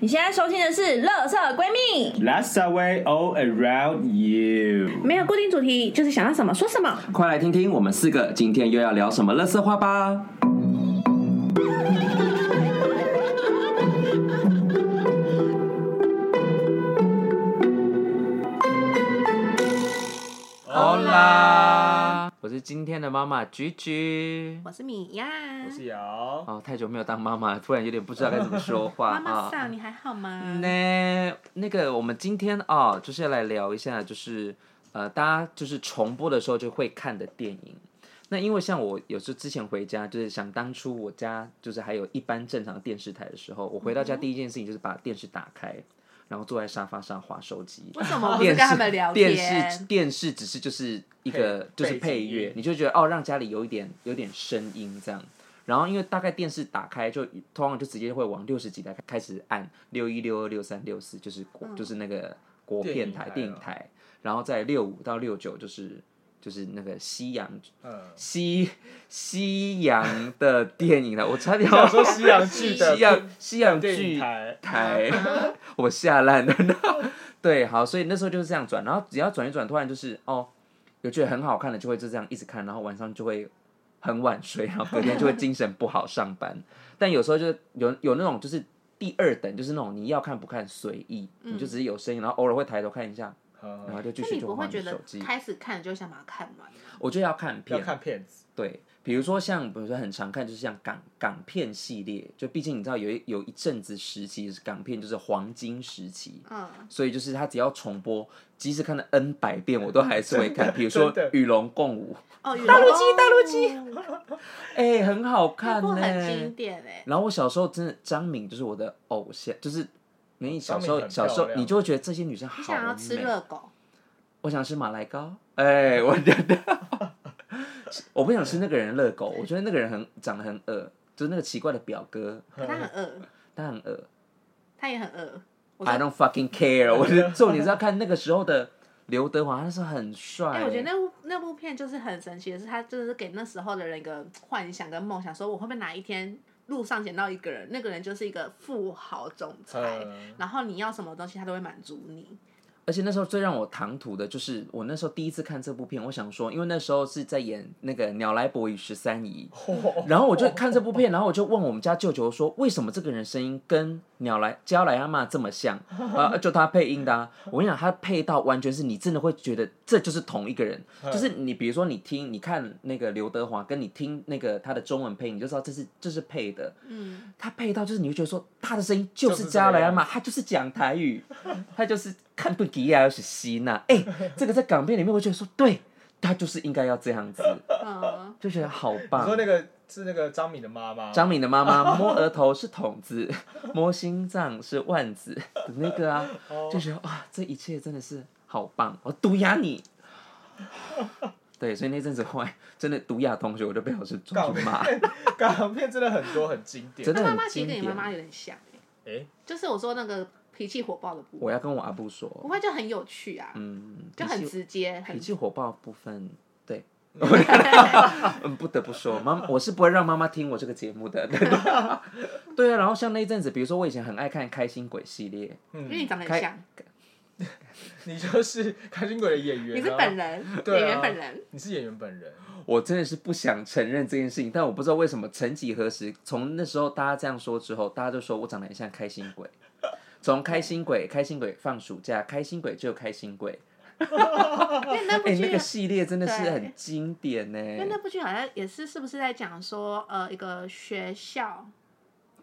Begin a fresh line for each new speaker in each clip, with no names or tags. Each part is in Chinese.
你现在收听的是《乐色闺蜜》，
Last away all around you。
没有固定主题，就是想要什么说什么。
快来听听我们四个今天又要聊什么乐色话吧！好啦，我是今天的妈妈菊菊。
我是米娅，
我是瑶，
哦，太久没有当妈妈了，突然有点不知道该怎么说话
妈妈
啊。
桑，你还好
嗯
吗？
那那个，我们今天啊、就是要来聊一下，就是呃，大家就是重播的时候就会看的电影。那因为像我有时候之前回家，就是想当初我家就是还有一般正常的电视台的时候，我回到家第一件事情就是把电视打开，然后坐在沙发上划手机。
为什哦么不是
电
跟
视
他们聊
电视
天？
电视只是就是一个
配
就是
背
配
景
乐
音，
你就觉得哦，让家里有一点有点声音这样。然后因为大概电视打开就通常就直接会往六十几台开始按六一六二六三六四，就是国、
嗯
就是那个国片台
电
电
影台
影
哦
台，然后在六五到六九就是就是那个西洋
嗯，
西西洋的电影了，我差点
想说西洋剧的
西洋西洋
电影
剧
台
台，我吓烂了。对，好，所以那时候就是这样转，然后只要转一转，突然就是哦，有觉得很好看的就会就这样一直看，然后晚上就会很晚睡，然后隔天就会精神不好上 班。但有时候就是有有那种就是第二等，就是那种你要看不看随意，
嗯
你就只是有声音，然后偶尔会抬头看一下，然后就继
那
续
嗯你
就
不会
玩
觉得
手机。
开始看就想把它看完吗？
我就要看
要
片，
看片子，
对，比如说像，比如说很常看，就是像港港片系列，就毕竟你知道有一有一阵子时期是港片就是黄金时期，
嗯，
所以就是他只要重播，即使看了 N 百遍，我都还是会看。比如说
真的
《与龙共舞》，
哦，
大陆
陆
鸡大陆鸡哎、很好看
那部
呢、
很经典哎，
然后我小时候真的张敏就是我的偶像，就是你小时
张敏很
候小时
漂
候
亮
你就会觉得这些女生好美。
你想要吃热狗，
我想吃马来糕，哎、我觉得我不想吃那个人的热狗，我觉得那个人很长得很恶，就是那个奇怪的表哥，
可他很饿，
他很恶。
他也很饿。我说
I don't fucking care，我 觉得重点是要看那个时候的刘德华，他是很帅、
哎、我觉得那部那部片就是很神奇的是，他就是给那时候的人一个幻想跟梦想，说我会不会哪一天路上捡到一个人，那个人就是一个富豪总裁，
呃
嗯
然后你要什么东西他都会满足你。
而且那时候最让我唐突的就是，我那时候第一次看这部片，我想说，因为那时候是在演那个《鸟来伯与十三姨》，然后我就看这部片，然后我就问我们家舅舅说，为什么这个人声音跟鸟来娇来阿妈这么像？啊，就他配音的、啊。我跟你讲，他配到完全是你真的会觉得这就是同一个人，就是你比如说你听你看那个刘德华，跟你听那个他的中文配音，你就知道这是这是配的。
嗯，
他配到就是你会觉得说他的声音就
就是
是
这样
加莱嘛，他就是讲台语， 他就是看不吉亚又是希娜，哎、这个在港片里面我觉得说对，他就是应该要这样子，
嗯，
就觉得好
你说
棒。
那个是那个张敏的妈妈，
张敏的妈妈摸额头是筒子， 摸心脏是腕子的那个啊，就觉得哇，这一切真的是好棒，我毒哑你。对，所以那阵子后来真的毒哑同学，我就被老师抓
港
去骂。
片，港片真的很多很经典，
真的
他妈
很
妈其
经
实跟你妈妈
典。
有点像、欸，
哎，
就是我说那个脾气火爆的部分，
我要跟我阿布
不
说，
会就很有趣啊，
嗯，
就很
其实
直接，
脾
很
气火爆的部分，对，嗯，不得不说，妈，我是不会让妈妈听我这个节目的。 对啊，然后像那一阵子，比如说我以前很爱看《开心鬼》系列，
因为你
嗯，
长得很
开
像，
你就是开心鬼的演员，
你是本，人，
对啊
演员本人，
你是演员本人，
我真的是不想承认这件事情，但我不知道为什么，曾几何时，从那时候大家这样说之后，大家就说我长得很像开心鬼。从开心鬼，开心鬼放暑假，开心鬼就开心鬼，
因为那 部
哎、
剧、
那个系列真的是
对
很经典呢、
因为那部剧好像也是，是不是在讲说，呃，一个学校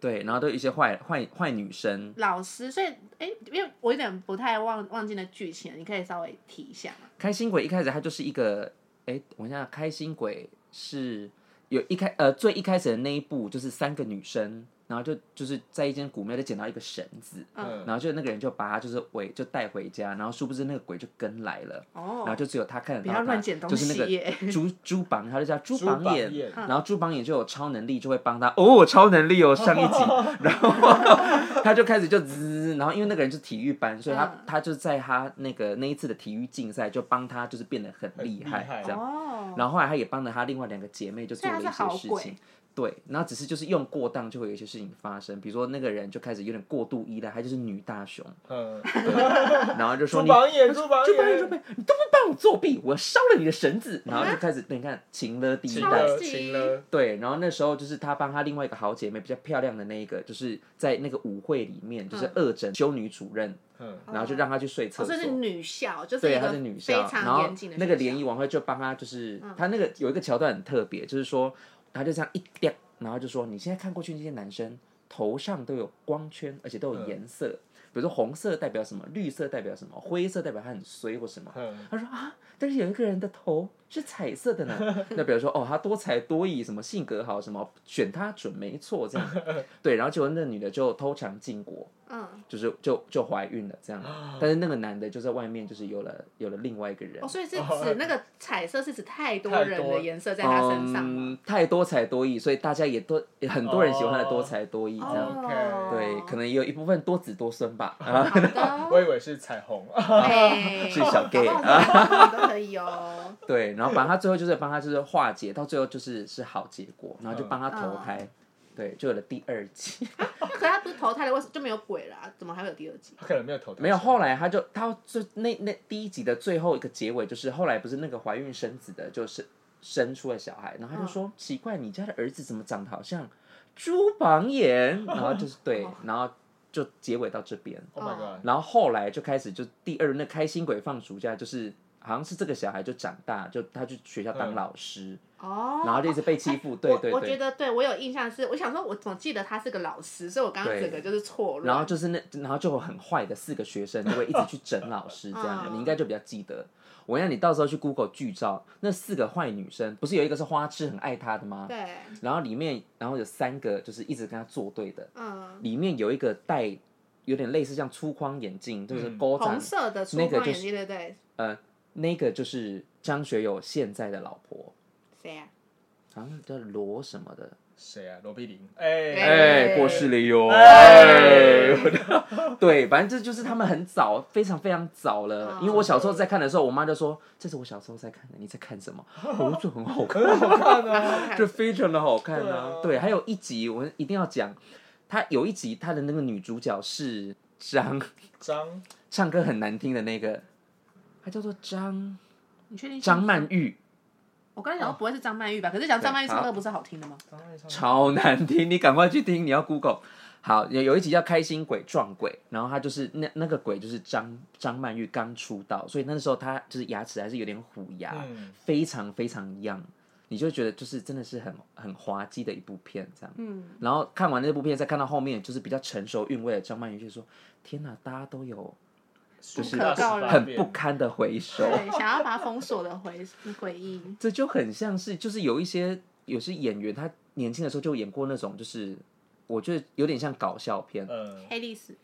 对，然后都有一些坏坏坏女生，
老师，所以，哎、因为我有点不太忘忘记那剧情了，你可以稍微提一下嘛。
开心鬼一开始他就是一个，哎、我想想，开心鬼是有一开呃最一开始的那一部就是三个女生，然后就就是在一间古庙就捡到一个绳子，
嗯
然后就那个人就把他就是尾就带回家，然后殊不知那个鬼就跟来了，然后
哦，
就只有他看得
不
到
要
他，
乱捡东
就是那
西
个
耶。 嗯
猪猪榜，他就叫猪
朱
榜
榜
眼，
眼
然后猪榜眼就有超能力，就会帮他哦，超能力哦，上一 集，然后他就开始就滋，然后因为那个人是体育班，所以他、
嗯
他就在他那个那一次的体育竞赛就帮他就是变得很厉
很厉害
这样，
哦，
然后后来他也帮了他另外两个姐妹就做
所以
了
他
一
是
些
好
事
鬼
情，对，然后只是就是用过当就会有一些事情发生，比如说那个人就开始有点过度依赖，他就是女大雄，
嗯，
然后就说
猪
你
榜眼，猪榜
就把你
眼，
说被你都不帮我作弊，我烧了你的绳子，然
啊
后就开始你看情了第一
晴
代
了，
超，级
晴呃了，
对，然后那时候就是他帮他另外一个好姐妹比较漂亮的那一个，就是在那个舞会里面就是
嗯
二诊修女主任，
嗯，
然后就让她去睡
哦，
厕所
所以。是女校，就是
对，
一
她
个
是女
非
校，然
常
后
严谨的
那个
学校嗯
联谊晚会就帮她，就是她那个有一个桥段很特别，就是说她就这样一掉，然后就说你现在看过去那些男生头上都有光圈，而且都有
嗯
颜色，比如说红色代表什么，绿色代表什么，灰色代表他很衰或什么。
嗯，
他说啊，但是有一个人的头是彩色的 呢。那比如说哦，他多才多艺，什么性格好，什么选他准没错， 这样。对，然后结果那女的就偷尝禁果，
嗯，啊
就是就就怀孕了这样。但是那个男的就在外面，就是有了有了另外一个人
哦，。所以是指那个彩色是指太多
太
人
多
的颜色在他身上吗？，
嗯太多才多艺，所以大家也多很多人喜欢他的多才多艺这样。
哦
嗯对，可能也有一部分多子多孙 吧。啊，
好的
我以为是彩虹，啊
哎
是小 gay 啊
搞不好都可以哦。
对，然后把他最后就是帮他就是化解，到最后就是是好结果，然后就帮他投胎，
嗯
对，就有了第二季。
那可是他不是投胎了，为什么就没有鬼啦？怎么还会有第二 集？
他可能没有头，
没有，后来他就他最那那第一集的最后一个结尾，就是后来不是那个怀孕生子的，就是生出了小孩，然后他
嗯
就说、奇怪，你家的儿子怎么长得好像猪榜眼？然后 就是对，然后就结尾到这边，
，Oh my
哦
god，
然后后来就开始就第二那开心鬼放暑假就是。好像是这个小孩就长大，就他去学校当
嗯
老师，
哦，
然后就一直被欺负。对对
哎我我
对
觉。得对我有印象是，我想说，我总记得他是个老师，所以我刚刚
对
整个就是错乱。
然后就是那，然后就有很坏的四个学生就会一直去整老师，这样、
嗯
你应该就比较记得。我让你到时候去 Google 剧照，那四个坏女生不是有一个是花痴很爱他的吗？
对，
然后里面，然后有三个就是一直跟他作对的，
嗯，
里面有一个戴有点类似像粗框眼镜，就是
嗯
勾长，
红色的粗
那个
框
就
眼
是
镜，对不对？
呃，那个就是张学友现在的老婆，
谁啊呀？
好像叫罗什么的，
谁啊？罗碧玲，哎，
哎
哎，过世了哟。
哎
对，反正这就是他们很早，非常非常早了
哦。
因为我小时候在看的时候，我妈就说：“这是我小时候在看的，你在看什 么？”我就觉得很好看，
很好 看啊，
就非常的好看
对
啊
啊。
对，还有一集我一定要讲，她有一集她的那个女主角是张，
张
唱歌很难听的那个，她叫做张
你确定？
张，曼哦玉，
我刚才想说不会是张曼玉吧？可是讲张曼玉唱歌不是好听的吗？
张爱上，
超难听，你赶快去听，你要 Google。好，有有一集叫《开心鬼撞鬼》，然后他就是那那个鬼就是张张曼玉刚出道，所以那时候她就是牙齿还是有点虎牙，
啊
嗯
非常非常样，你就觉得就是真的是很很滑稽的一部片这样。
嗯，
然后看完那部片，再看到后面就是比较成熟韵味的张曼玉，就说：“天哪，大家都有就是
不可告人
很不，堪的回首。”
对，想要把它封锁的回回忆。
这就很像是，就是有一些有些演员，他年轻的时候就演过那种，就是我觉得有点像搞笑片，
嗯，
黑历史，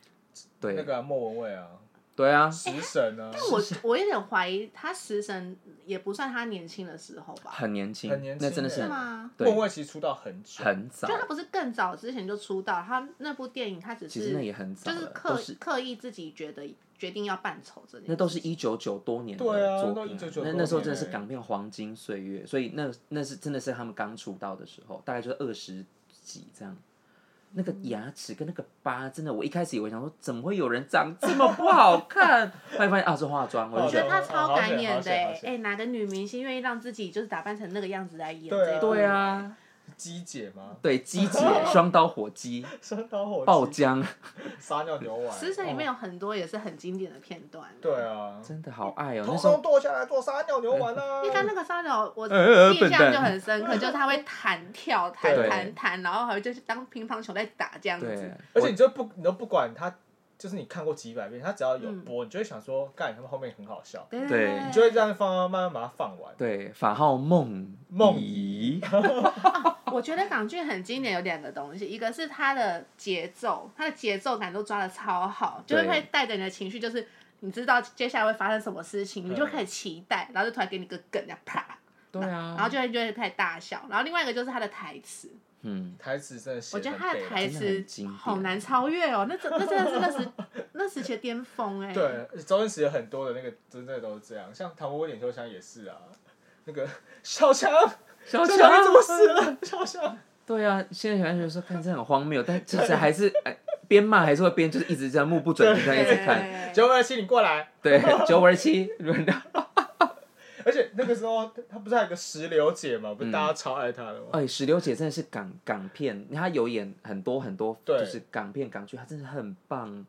对、
那个啊莫文蔚啊，
对啊，
食神啊，
但我我有点怀疑，他食神也不算他年轻的时候吧？
很年轻，
很年轻
那真的
欸
是
是吗？
莫文
对
蔚其实出道很久，
很早
就，他不是更早之前就出道，他那部电影他只
其
是
实那也很早
就
了，
是
都
刻
是
刻意自己觉得决定要扮丑这件事情，
那都是一九九多年的
对啊
作
都
品
1990
那
多
那时候
年
真的是
欸
港片黄金岁月，所以那那是真的是他们刚出道的时候，大概就是二十几这样。那
嗯
个牙齿跟那个疤，真的，我一开始以为想说，怎么会有人长这么不好看？ 后来发现啊，是化妆，我就
我
觉得
觉得他超感
好
人的
险好
哎、
险
哎哪个女明星愿意让自己就是打扮成那个样子来演
对啊
这一部？
对啊，
鸡姐吗？
对， 鸡姐、双刀火 鸡、
三刀火
爆
鸡
浆，
撒尿牛丸，
食神里面
哦
有很多也是很经典的片段。
对啊，
真的好爱哦。那
通
时候
通剁下来做撒尿牛丸啊，
因为他那个沙雕，我
呃
印
笨
象
蛋
就很深刻，就是他会弹跳、弹
对
弹弹，然后还会就是当乒乓球在打这样
对
子。，
而且
我
你就不，你都不管他，就是你看过几百遍，他只要有
嗯
播，你就会想说，干他们后面很好笑，
对
对
你就会这样放，慢慢把它放完。
对法号梦
梦
怡，
我觉得港剧很经典有两个东西，一个是它的节奏，它的节奏感都抓的超好，就是
对
会带着你的情绪，就是你知道接下来会发生什么事情，你就
嗯
开始期待，然后就突然给你个梗，这样啪，
对
然后
啊，
就会就会开始大笑。然后另外一个就是他的台词，
嗯，
台词真的写
我
得
觉得
很
他的
背
台
真的
词
很经典
好难超越哦，那真那真的是那时那时期的巅峰 哎、
对，而且周星驰有很多的那个真的都是这样，像《唐伯虎点秋香》也是啊，那个小强，
小
小强你怎么死了？小强，
对啊，现在小孩觉得说看这很荒谬，但其实还是哎边骂还是会边就是一直这样目不转睛这样一直看。
九二七，你过来。
对，九五 二七轮到，
而且那个时候，他不是还有个石榴姐嘛？不是
嗯
大家超爱她的吗？
哎，石榴姐真的是港港片，她有演很多很多，
对
就是港片港剧，她真的很棒。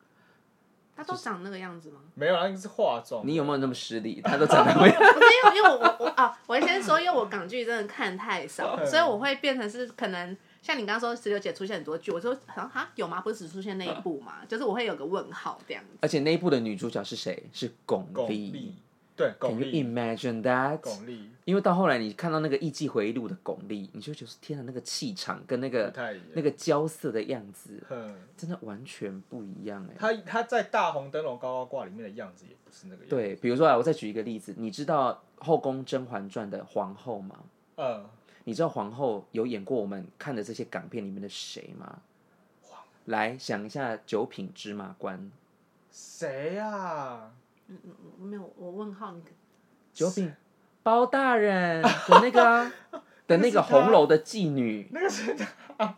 他都长那个样子吗？
没有啊，那个是化妆。
你有没有那么失 礼？她都长得会，
不是因为因为我我我啊，我先说，因为我港剧真的看太少，
嗯
所以我会变成是可能像你刚刚说石榴姐出现很多剧，我说好像哈有吗？不是只出现那一部吗？就是我会有个问号这样子。
而且那一部的女主角是谁？是巩
巩
俐
俐。，对，
Can
巩
you
俐，
imagine that？
巩俐
因为到后来你看到那个《艺伎回忆录》的巩俐，你就觉得天哪，啊那个气场跟那
不
个
太一样。
那个娇涩的样子，
嗯，
真的完全不一样哎。
她她在《大红灯笼高高挂》里面的样子也不是那个样。，
对，比如说啊，我再举一个例子，你知道《后宫甄嬛传》的皇后吗？
嗯，
你知道皇后有演过我们看的这些港片里面的谁吗？来想一下九品芝麻官，
谁呀？
我没有，我问号你。
九品包大人的那个 啊、的那个红楼的妓女，
那个是她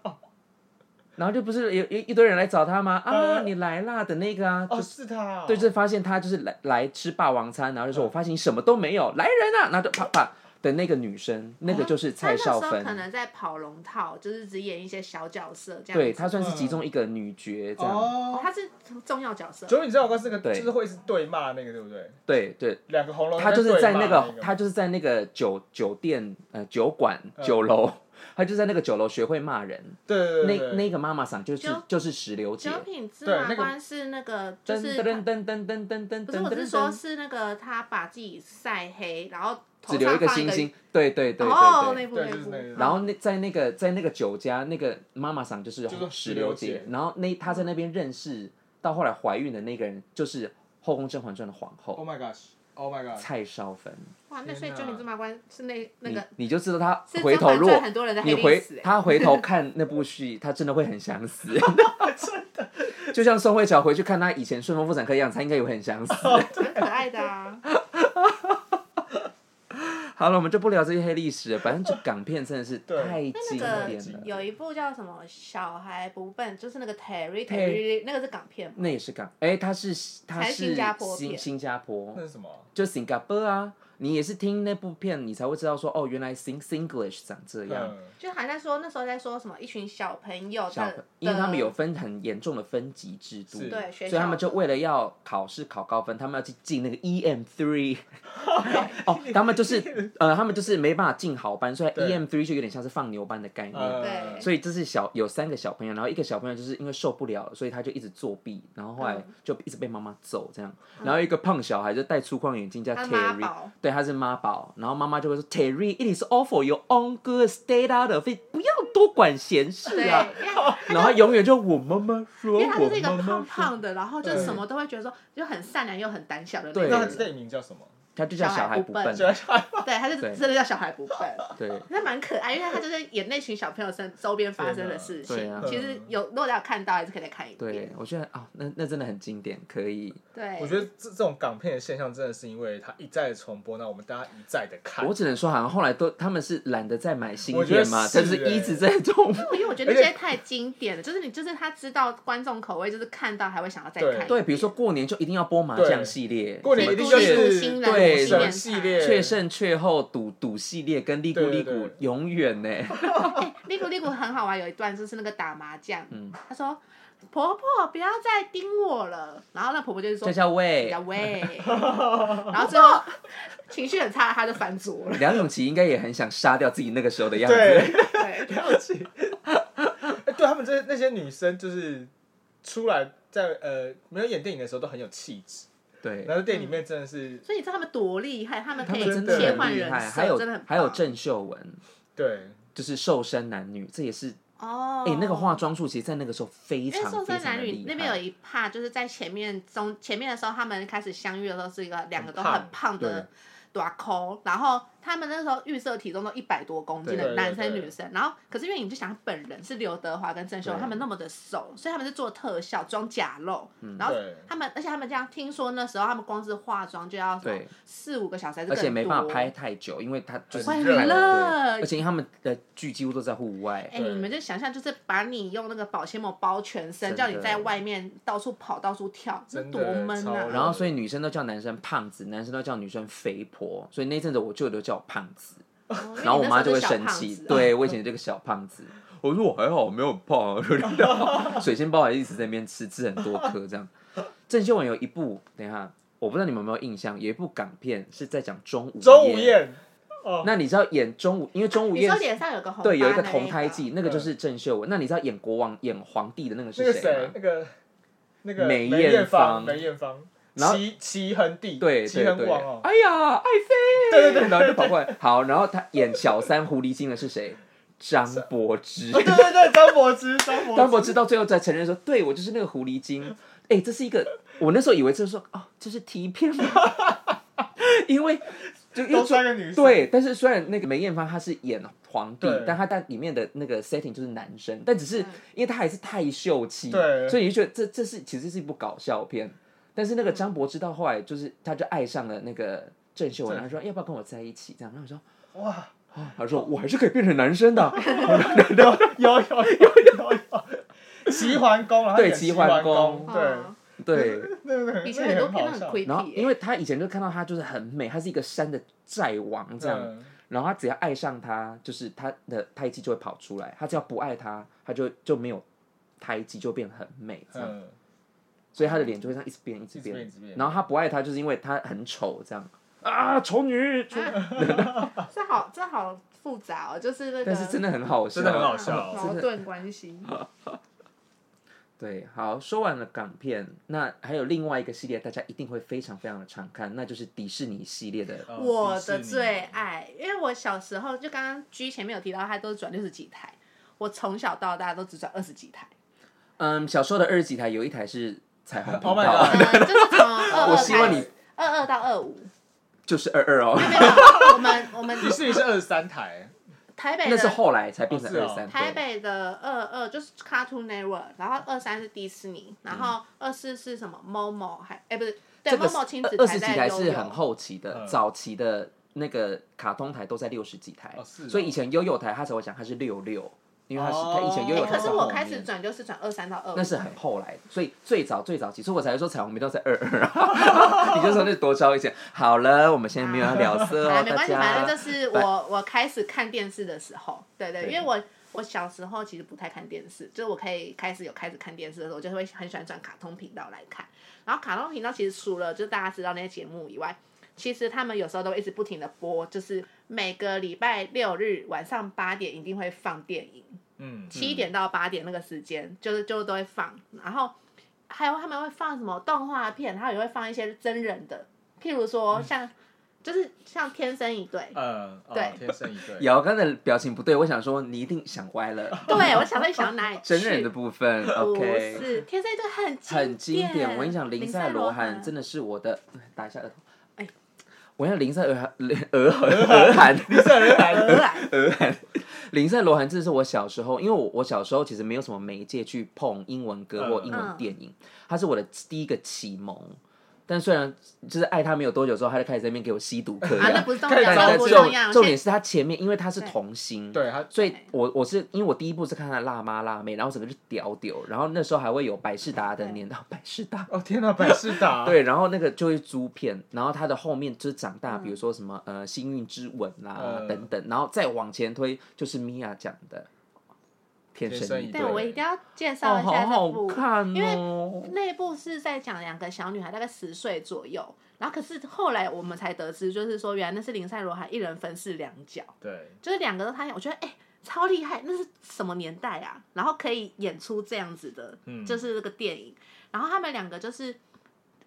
然后就不是有有一堆人来找他吗？啊，
嗯
你来啦的那个啊，
哦，
就是
她哦。
对，就是发现他就是来来吃霸王餐，然后就说我发现你什么都没有，来人啊，然后就啪啪的那个女生，那个就是
他
蔡
那时
少
候
芬
可，能在跑龙套，就是只演一些小角色这样子。
对她算是其中一个女角这样，
哦
哦，
他是重要角色。
九品芝麻官是个，就
对
是会一直对骂那个，对不对？
对对，
两个红楼，
她就是
哦那
在那
边对骂
个她就是在那个酒酒店呃酒馆
嗯
酒楼，她就在那个酒楼学会骂人，
对对对
那
对对，
那个妈妈桑就是
九
就是石榴姐
九，品芝
对
麻
那个
官是那个，就
噔
是
噔噔噔噔噔噔，
不是，我是说，是那个他把自己晒黑，然后头
只留一
上
个
放一
星星，对对对对
哦，
对
那。部
对
那
就是
部
那个，
然后那在那个在那个酒家，那个妈妈桑就是
就是
石
石
榴
榴
姐
姐，
然后那她在那边认识，到后来怀孕的那个人就是《后宫甄嬛传》的皇后
Oh my gosh，Oh my gosh，
蔡少芬，
哇，那所以
天哪
九品芝麻官是那那
你
个
你就知道她
是
回
甄嬛
头如
传
果
很多人的黑
你
历
回
史欸，
她回头看那部戏，她真的会很想死， 真的，就像宋慧乔回去看她以前顺风妇产科的样子，她应该也会很想死。
很可爱的啊。
好了，我们就不聊这些黑历史了，反 正就港片真的是
对
太
那
经
个
典了，
有一部叫什么《小孩不笨》，就是那个 Terry
Terry
Terry，那个是港片嘛。
那也是港，哎，她是她
还
是
是新加坡
新
片
新加坡，
那是什么？
就 Singapore 啊，你也是听那部片，你才会知道说，哦，原来 Sing Singlish 长这样。
嗯
就还在说那时候在说什么一群小朋友
小
的
朋，因为他们
的
有分很严重的分级制度，
是
嗯对学
所
校，
以他们就为了要考试考高分，他们要去进那个 EM three。哦，他们就是呃，他们就是没办法进好班，所以
对
EM three 就有点像是放牛班的概念。
嗯
对
所以这是小有三个小朋友，然后一个小朋友就是因为受不了，所以他就一直作弊，然后后来
嗯
就一直被妈妈揍这样。然后一个胖小孩就戴粗框眼镜叫
他妈
Terry，
宝，
对，他是妈宝，然后妈妈就会说 Terry，it is all for your own good, stay out of it，不要多管闲事
对，
啊。
因为
然后他永远就我妈妈说，
因为他就
我
是一个
妈妈
哦
胖
说，
胖的，然后就
对
什么都会觉得说就很善良又很胆小的那
对
那他
种人。
这一名叫什么？
他就叫
小孩
孩
不
不
笨
笨，
小孩
对，他就
对
真的叫小孩不笨。
对，
那蛮可爱，因为他就是演那群小朋友身周边发生的事
对啊
情。
对啊
其实有如果大家有看到，还是可以再看一
对
遍。，
我觉得啊、那那真的很经典，可以。
对，
我觉得这这种港片的现象真的是因为它一再的重播，那我们大家一再的看
我。只能说，好像后来都他们是懒得再买新
我觉得
片嘛，
是
但是一
欸
直在重。
因为我觉得那些太经典了，就是你就是他知道观众口味，就是看到还会想要再看。
对，比如说过年就一定要播麻将
对
系列，
过年
对
一定就是啊
独立入新人
对
独立
什么
面
系
谈
列
雀胜雀后赌赌系列跟利咕
对
利
对
咕
对
永 远呢、
利古利古很好玩，有一段就是那个打麻将，
嗯
他说婆婆不要再盯我了，然后那婆婆就是说
叫叫
比
喂
较，喂， 然后最后情绪很差，他就翻桌了。
梁咏琪应该也很想杀掉自己那个时候的样子。
对，
对，
了 解。哎对他们这那些女生就是出来在呃没有演电影的时候都很有气质，
对
然后电影里面真的是
所以你知道他们多厉害，他们
他
可
们
以
真的
哎切换
很厉
人
害，
设，
还有
真的很
还有
棒
郑秀文，
对
就是瘦身男女，这也是
哦，
哎、那个化妆术，其实，在那个时候非
因为
常
瘦
非
身
常
男
的
女
厉
那边有
害。
一趴，就是在前面中前面的时候，他们开始相遇的时候是一个两个都
很
很胖的短抠，然后他们那时候预设体重都一百多公斤
对
的
对
男
对
生
对
女生，然后可是因为你就想他本人是刘德华跟郑秀文
对嗯
他们那么的瘦，所以他们是做特效装假肉，然后
对
他们而且他们这样听说那时候他们光是化妆就要什么
对
四五个小时还是
而
哦更
且没办法
多
拍太久，因为它就是
会
很
太
热
对
了
而且因为他们的剧几乎都在户外
哎、，
对
你们就想象，就是把你用那个保鲜膜包全身，
真的
叫你在外面到处跑、到处跳，那
真的
多闷
超
啊！
然后所以女生都叫男生胖子，男生都叫女生肥婆，所以那阵子我舅舅叫我胖子，
哦
然后我妈就会
因为
生
你那时候是
气
小胖子啊，
对我以前这个小胖子，我说我还好，我没有很胖、啊，有点胖水仙包还一直在那边吃，吃很多颗这样。郑秀文有一部，等一下，我不知道你们有没有印象，有一部港片是在讲钟无
周午宴，
那你知道演钟无，因为钟无
你
艳
说脸上有个红啊
对有一个
个
同胎记，那个就是郑秀文。那你知道演国王、演皇帝的那个
那个
是
谁
吗，？
那个那个
梅
梅
艳
艳
芳
梅艳芳，
然后
齐齐恒帝，
对
齐
对
恒
对
王哦，，
哎呀，爱妃，
对对对
然后就跑过来。好，然后他演小三狐狸精的是谁？张柏芝。
对对对，张柏芝，张柏
张柏芝到最后才承认说：“对我就是那个狐狸精。”哎，这是一个，我那时候以为这是说哦，这是题片 吗？因为就因为
都三个女生，
对，但是虽然那个梅艳芳她是演皇帝
对，
但她在里面的那个 setting 就是男生，但只是
嗯
因为她还是太秀气，
对
所以你就觉得这这是其实是一部搞笑片。但是那个张柏芝到后来就是，她就爱上了那个郑秀文，
郑
她说要不要跟我在一起？这样，然后我说，啊
哇，
她说我还是可以变成男生的。
有有有有有， 齐桓公，然后
对
演
齐
齐
桓
桓
公
公，
嗯
对，
对，
那个很
以前很多片
那个
都很
也好笑
creepy，
然后
欸
因为她以前就看到她就是很美，她是一个山的寨王这样，
嗯
然后他只要爱上他，就是他的胎记就会跑出来；他只要不爱他，他就就没有胎记，就变很美这样。
嗯，
所以他的脸就会这样一直变，一直
一直变一
变。
直变，
然后他不爱他，就是因为他很丑这样啊，丑女。丑
这好这好复杂哦，就是那个
但是真的很好笑，
真的很好笑
矛盾 关系。
对，好，说完了港片，那还有另外一个系列，大家一定会非常非常的常看，那就是迪士尼系列的。
哦
我的
迪士尼
最爱，因为我小时候就刚刚 G 前面有提到，他都是转六十几台，我从小到大都只转二十几 台，
嗯，小时候的二十几台有一台是彩虹 频
Oh my
道
god
嗯，就是从 二
我
二
希望
开
你
始，二二到二五，
就是二二哦，
没有，我们我们
迪士尼是二十三台，
台北
那
的
是后来才变成
哦是
二
哦
三。
台北的二二就是 Cartoon Network，然后二三是迪士尼，然后二四是什么 Momo 还哎不是对
嗯这个是
Momo 亲子
二二十几
在
台
悠
是
悠
很后期的，
嗯
早期的那个卡通台都在六十几台
哦，是哦
所以以前悠悠台他才会讲它是六六，因为它是
哦
它以前悠
哎
悠
可
台
是
在后
我
面
开始转就是转二三到二，
那是很后来，所以最早最早期，所以我才会说彩虹频道在二二啊，你就说那多糟一些。好了，我们现在没有要聊 色
啊
哦，
没
大
关系，
家
反正这。是
拜
我我开始看电视的时候，对对，
对
因为我我小时候其实不太看电视，就是我可以开始有开始看电视的时候，我就会很喜欢转卡通频道来看。然后卡通频道其实除了就大家知道那些节目以外，其实他们有时候都会一直不停的播，就是每个礼拜六日晚上八点一定会放电影，
嗯，
七点到八点那个时间，就是就都会放，然后还有他们会放什么动画片，然后也会放一些真人的，譬如说像、就是像《天生一对》
呃，哦
对
天生一对，
姚刚的表情不对，我想说你一定想歪了。
对我想会想到哪里去？
真人的部分
不
，OK，
哦是《天生一对》很
很经典。
典，
我跟你讲，林赛罗
罗
韩真
的
的是我的，打一下额头。
哎
我跟你讲，林赛俄韩，俄韩，俄韩，
迪士尼来
荷兰，
俄韩，林赛罗韩，这是我小时候，因为我我小时候其实没有什么媒介去碰英文歌或英文电影，他是我的第一个启蒙。但虽然就是爱他没有多久之后，他就开始在那边给我吸毒嗑
啊，那
药。
不是重
看
要，
起
但
来
那
但
不
重
重要。
重点是他前面，因为他是童 星，
对他
所以我我是因为我第一部是看他辣妈辣妹，然后整个就屌屌，然后那时候还会有百事达的年代，百事达
哦天哪，百事达，
对，然后那个就会租片，然后它的后面就是长大，比如说什么呃《幸运之吻》啦
嗯
等等，然后再往前推就是米娅讲的《天
天
生
生
一
一
对
对》，
对，我一定要介
哦，
绍一
好
下这
好
部。
看
因为
哦。
那一部是在讲两个小女孩，大概十岁左右。然后可是后来我们才得知，就是说原来那是林赛罗韩一人分饰两角，
对，
就是两个都他演，我觉得哎、超厉害，那是什么年代啊？然后可以演出这样子的，
嗯
就是这个电影。然后他们两个就是，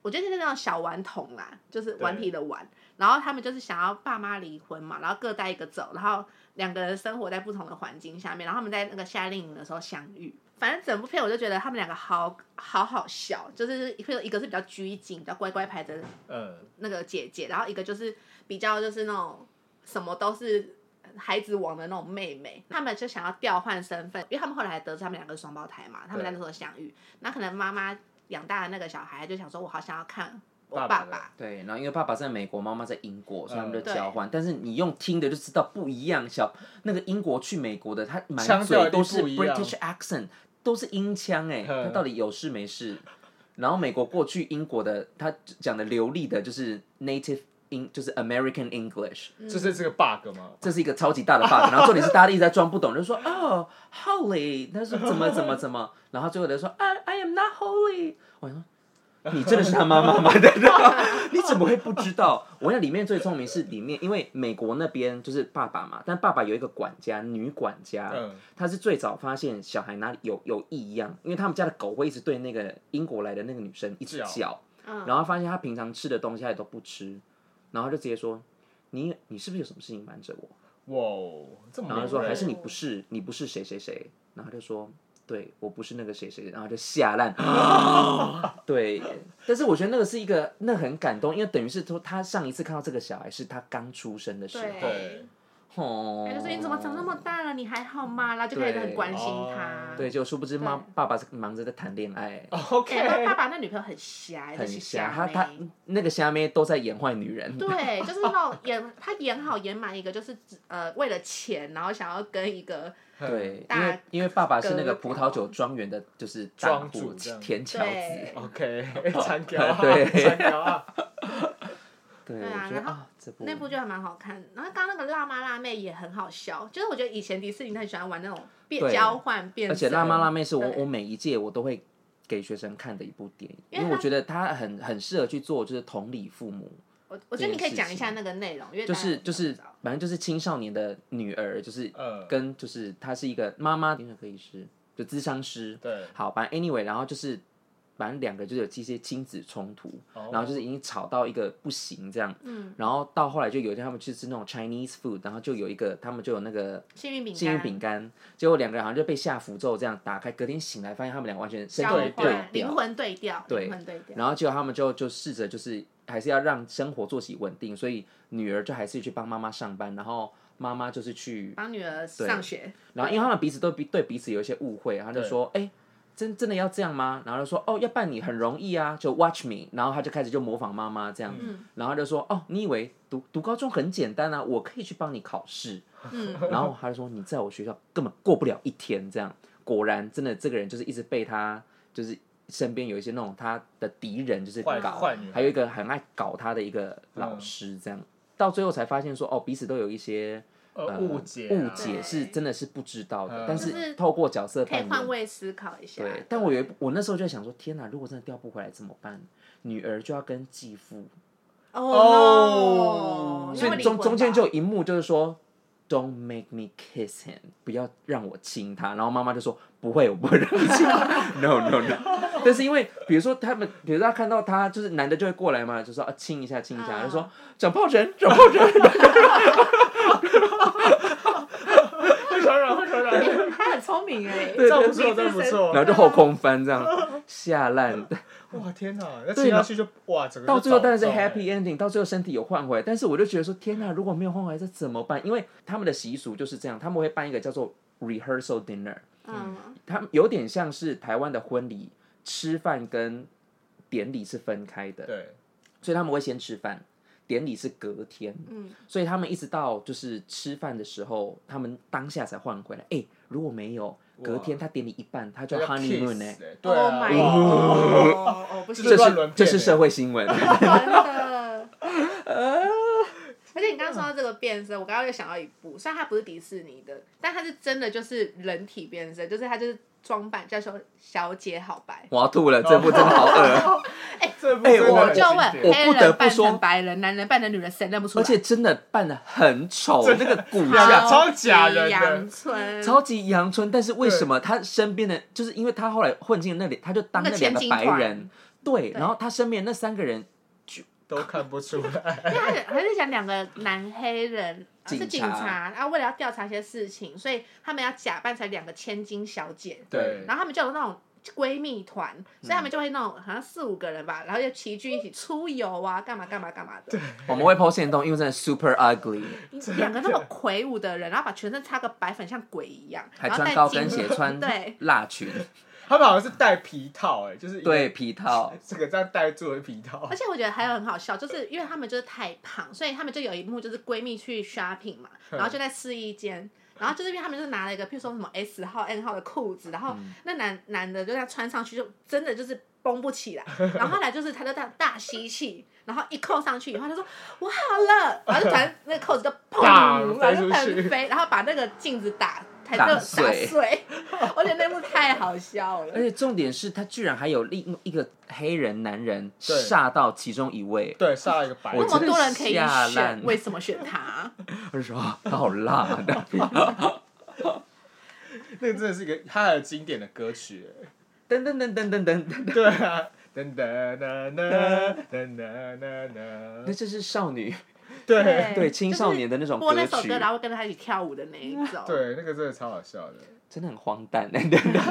我觉得是那种小顽童啦，就是顽皮的顽。然后他们就是想要爸妈离婚嘛，然后各带一个走，然后两个人生活在不同的环境下面，然后他们在那个夏令营的时候相遇。反正整部片我就觉得他们两个好好好笑，就是譬如一个是比较拘谨、比较乖乖牌的
嗯，
那个姐姐，然后一个就是比较就是那种什么都是孩子王的那种妹妹，他们就想要调换身份，因为他们后来还得知他们两个是双胞胎嘛，他们在那时候相遇，那可能妈妈养大的那个小孩就想说，我好想要看我
爸
爸
爸
爸，
的
对，然后因为爸爸在美国，妈妈在英国，所以他们
嗯
就
对
交换。但是你用听的就知道不一样。小那个英国去美国的，他满
腔调一定
嘴都是
不一样
British accent，都是英腔哎、
嗯
他到底有事没事？然后美国过去英国的，他讲的流利的就是 native 英，就是 American English，
嗯
就是这个 bug 嘛。
这是一个超级大的 bug。然后重点是大家一直在装不懂，就说哦 holy，他说怎么怎么怎么， 然后最后他说 I I am not holy，我想说你真的是他妈妈吗？ 对对对你怎么会不知道？我想里面最聪明是里面，因为美国那边就是爸爸嘛，但爸爸有一个管家，女管家，
嗯，
她是最早发现小孩哪里有有异样，因为他们家的狗会一直对那个英国来的那个女生一直
叫
叫，
嗯，
然后发现她平常吃的东西她也都不吃，然后就直接说你你是不是有什么事情瞒着我？
哇哦，这么
然后
敏
就说
锐
还是你不是你不是谁谁谁，然后就说对我不是那个谁谁，然后就吓烂。 对，但是我觉得那个是一个那很感动，因为等于是说他上一次看到这个小孩是他刚出生的时候，
对，
哦
他就说你怎么长那么大了，你还好吗？然后就开始很关心他，
对，就殊不知妈
哦对
爸爸是忙着在谈恋爱。
哦 OK，
哎、他爸爸那女朋友很瞎，
很
是
瞎，
瞎
他他
妹
那个虾妹都在演坏女人，
对，就是那种演他演好演满一个，就是只呃为了钱，然后想要跟一个
对，因
大
为因为爸爸是那个
哥哦
葡萄酒庄园的，就是大
庄
户
主这样
田乔子
对，
嗯 OK，参考啊，
对
参考啊，
对，
对啊
我觉得
然后
啊，这部
那部就还蛮好看。然后刚刚那个辣妈辣妹也很好笑，就是我觉得以前迪士尼他很喜欢玩那种变
对
交换变
而
色，
且辣妈辣妹是我
对
我每一届我都会给学生看的一部电影，
因为
因为我
它
觉得它很很适合去做就是同理父母，
我我觉得你可以讲一下
这
那个内容，因为
就
大家
是
可能
就是
不知道
反正就是青少年的女儿，就是
嗯，
跟就是她是一个妈妈精神科医师，就咨商师，
对，
好，反正 anyway，然后就是反正两个就是有这些亲子冲突，
哦
然后就是已经吵到一个不行这样，
嗯，
然后到后来就有一天他们去吃那种 Chinese food，然后就有一个他们就有那个
幸运饼干，
幸运饼干，结果两个人好像就被下符咒，这样打开，隔天醒来发现他们俩完全身
交
体
换
对
灵
调，
魂对调，
对
灵魂对调，
然后结果他们就就试着就是还是要让生活作息稳定，所以女儿就还是去帮妈妈上班，然后妈妈就是去，
帮女儿上学，
然后因为他们彼此都彼对彼此有一些误会，然后就说哎。真真的要这样吗？然后就说哦，要办你很容易啊，就 watch me。然后他就开始就模仿妈妈这样，
嗯
然后就说哦，你以为读读高中很简单啊？我可以去帮你考试。
嗯，
然后他就说你在我学校根本过不了一天，这样果然真的这个人就是一直被他就是身边有一些那种他的敌人就是
坏
搞，
坏女，
还有一个很爱搞他的一个老师，这样、到最后才发现说哦彼此都有一些
呃
呃
误解
误
啊
解是真的是不知道
嗯
的，但
就是
是透过角色
可以
扮
换
演。
位啊思考一下。
对，但我有一我那时候就在想说，天哪！如果真的调不回来怎么办？女儿就要跟继父
哦，
所以中中间就有一幕就是说，Don't make me kiss him，不要让我亲他。然后妈妈就说不会，我不会让你亲他 ，No No No。但是因为比如说他们，比如说他看到他就是男的就会过来嘛，就说啊亲一下亲一下，
嗯
就说长疱疹长疱疹，
会传染会传染，
他很聪明哎，
这样不错，这样不
然后
错，
就后空翻这样下烂。
哇天哪，那
对
亲下
然
去就哇整个
到
就
最后当然是
早中欸
happy ending，到最后身体有换回来，但是我就觉得说，天呐，如果没有换回来，这怎么办？因为他们的习俗就是这样，他们会办一个叫做 rehearsal dinner，
嗯，
他们有点像是台湾的婚礼，吃饭跟典礼是分开的，
对，
所以他们会先吃饭，典礼是隔天，
嗯，
所以他们一直到就是吃饭的时候，他们当下才换回来。哎、如果没有隔天他典礼一半，他就
要
honeymoon
kiss
呢、
欸对
Oh
啊
my，
哇
god！哦 哦，不行，
这
这
乱伦
是
片
这
欸
是社会新闻，
真的。而且你刚刚说到这个变身，我刚刚又想到一部，虽然它不是迪士尼的，但它是真的就是人体变身，就是它就是装扮叫做小姐好白。
我要吐了，这部真的好恶。
这部
哎
真的
我
很
就
经
问，
典
我
黑
不得
人
不
扮
说
成白人，男人扮成女人，谁认不出
而
来？
且真的扮的很丑，
真
那
的
个骨
假
架
的超假人的
阳春，
超级阳春，但是为什么他身边的，就是因为他后来混进那里，他就当
那
那
个
两个
千金
白
团
人，对，
对
然后他身边那三个人
都看不出 来，
因为他是还是讲两个男黑人、啊是警
警察
察，然后为了要调查一些事情，所以他们要假扮成两个千金小姐，
对
然后他们就有那种闺蜜团，所以他们就会那种好像四五个人吧，然后就齐聚一起出游啊，干嘛干嘛干嘛的。
我们会剖线动，因为真的 super ugly，
两个那么魁梧的人，然后把全身擦个白粉，像鬼一样，
还
然后
穿
戴
高
金
跟 鞋，
链
穿
对，
辣 裙，
他们好像是戴皮套，哎，就是一个
对，皮套。
这个这样戴住的皮套
而，且我觉得还有很好笑，就是因为他们就是太胖，所以他们就有一幕就是闺蜜去 shopping 嘛，然后就在试衣间，然后就是因为他们就是拿了一个，譬如说什么 S 号、N 号的裤子，然
嗯
后那男男的就这样穿上去，就真的就是绷不起来，然后后来就是他就大大吸气。然后一扣上去以后，他说我好了，然后就反正那个扣子就砰，
当飞
然后就
出去
弹飞，然后把那个镜子打，还
打
打
碎哎
碎， 我觉得那幕太好笑了
而。且重点是他居然还有另一个黑人男人
对
煞到其中一位，
对，杀了一个白
我
那
人，
真
么
的
多人可以
吓烂
选，为什么选他？
我就说啊 他好辣的，
那个真的是一个他的经典的歌曲，哎
噔噔噔噔噔噔 噔，
对啊。噔噔噔噔噔噔噔
那
噔，
这是少女
对
对青少年的那种
播
歌
那首
曲，
歌，然后会跟着他一起跳舞的那一 种。，
对，那个真的超好笑的。
真的很荒诞。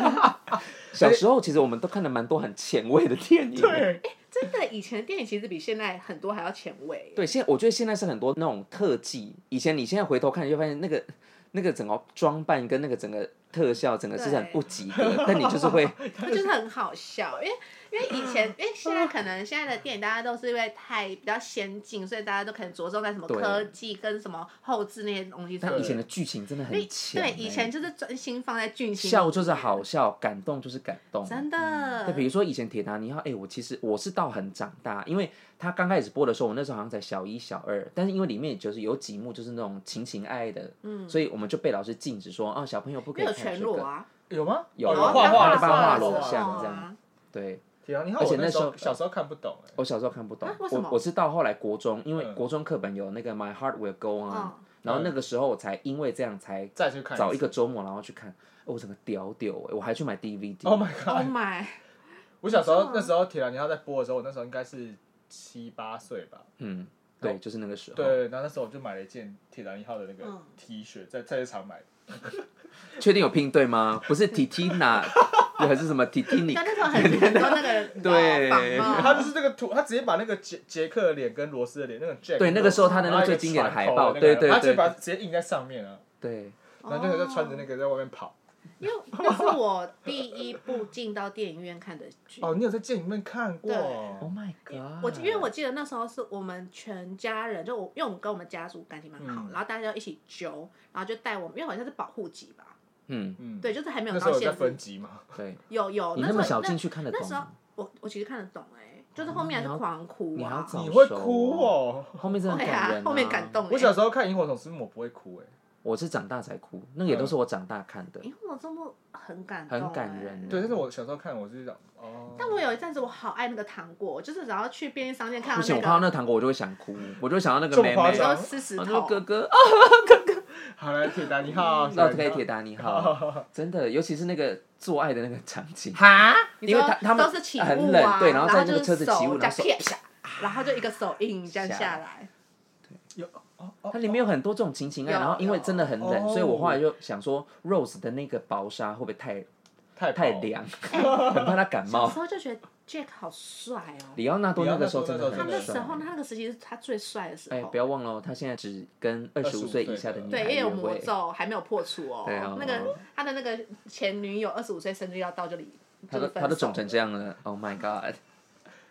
小时候其实我们都看了蛮多很前卫的电影，
对，
真的，以前的电影其实比现在很多还要前卫。
对，现在我觉得现在是很多那种特技，以前你现在回头看，你就发现那个那个整个装扮跟那个整个特效，整个是很
对
不及格，但你就是会
我就是很好笑，因为因为以 前，因为现在可能现在的电影大家都是因为太比较先进，所以大家都可能着重在什么
对
科技跟什么后置那些东西上
但
面。
以前的剧情真的很
因为
强、
对
欸
以前就是专心放在剧情，
笑就是好，笑，感动就是感动。
真的
对，。比如说以前《铁达尼号》，哎、我其实我是到很长大，因为它刚开始播的时候，我那时候好像才小一、小二，但是因为里面就是有几幕就是那种情情爱爱的，嗯，所以我们就被老师禁止说，哦，小朋友不可
没
以
有
看
全
这
裸
个。
啊，
有吗？
有
哦
有
画画
有
的
画
画
画裸
像
像啊这
这
样
样。
对，
铁达尼号，
而且
我那
那时候
小时候看不懂哎，
我小时候看不懂，
啊为什
我
么
我是到后来国中，因为
嗯
国中课本有那个 My Heart Will Go On，、
嗯
然后那个时候我才因为这样才
再去看
找一
次。
个周末然后去看，哦我整个屌屌哎、我还去买 DVD。
Oh my
Oh
god！
my，
我小时
真的
候
吗
那时候铁达尼号在播的时候，我那时候应该是七八岁吧。
嗯，对，就是那个时候。
对，然后那时候我就买了一件铁达尼号的那个
嗯
T 恤，在菜市场买的。
确定有拼对吗？不是 Titina 还是什么 Titini？
那那时候很很多那个啊你知道
对
仿
他
冒
就是那个图，他直接把那个杰杰克的脸跟罗斯的脸，那个 Jack
对那个时候他的那
然后
个
一个
最经典的海
船
报
头那个
对对
他直接
对
把它直接印在上面啊，
对，
哦
然后那个就穿着那个在外面跑。
因为那是我第一部进到电影院看的剧。
哦，你有在电影里面看过？
，Oh my god！
我记因为我记得那时候是我们全家人，就我因为我们跟我们家族感情蛮好，
嗯
然后大家就一起揪，然后就带我们，因为好像是保护级吧，
嗯
嗯，
对，，就是还没有
那时候
到
有在
限
分
制，
级嘛，
对，
有有
你
哦那时
那
候
么小进去看得
那
懂
时候
吗？
我我其实看得懂哎、
哦
就是后面还
你
是
要
狂哭
你还要
啊，
找
你会哭哦。
后面真的
对
很感
啊
人，啊
后面感动、欸。
我小时候看《萤火虫之墓》，我不会哭哎、
我是长大才哭，那个也都是我长大看的。
因为我这幕很感动、
很感人
哎
对，但是我小时候看，我是想哦，
但我有一阵子我好爱那个糖果，就是只要去便利商店看
不
到
行，
那
我看到
个，
那糖果我就会想哭，我就会想到那
这
个啊
么
妹
夸
妹，
张
然
然
后吃石
后
头哦
说，哥哥，
好来铁达尼
嗯
号，
那可以铁达尼
哦
号，
号，
真的，尤其是那个做爱的那个场景，
哈，
你
因为
知道
他他们
都是起雾啊，
很冷对然后
后
在那个
就是
车子起雾
手
然后手
这样啪然后就一个手印这样
下
下来，
有哦哦，
它里面有很多这种情情爱，
有
然后因为真的很冷，
有
所以我后来就想说，Rose 的那个薄纱会不会太
太
太
薄，
凉， 很怕她感
哦哎小
冒
时。候就觉得 Jack 好帅哦。
里奥纳多那个时候真的
里
他
奥纳多
那
很
时
帅
候，，他那个时期是他最帅的时
哎，
候
不，要忘了哦，他现在只跟二十五岁以下的女
对，
孩
也
约
有魔
会。
咒还没有破除哦
对啊。
那个他的那个前女友二十五岁生日要到就离，
他都
就是分手
他都肿成这样了，Oh my god！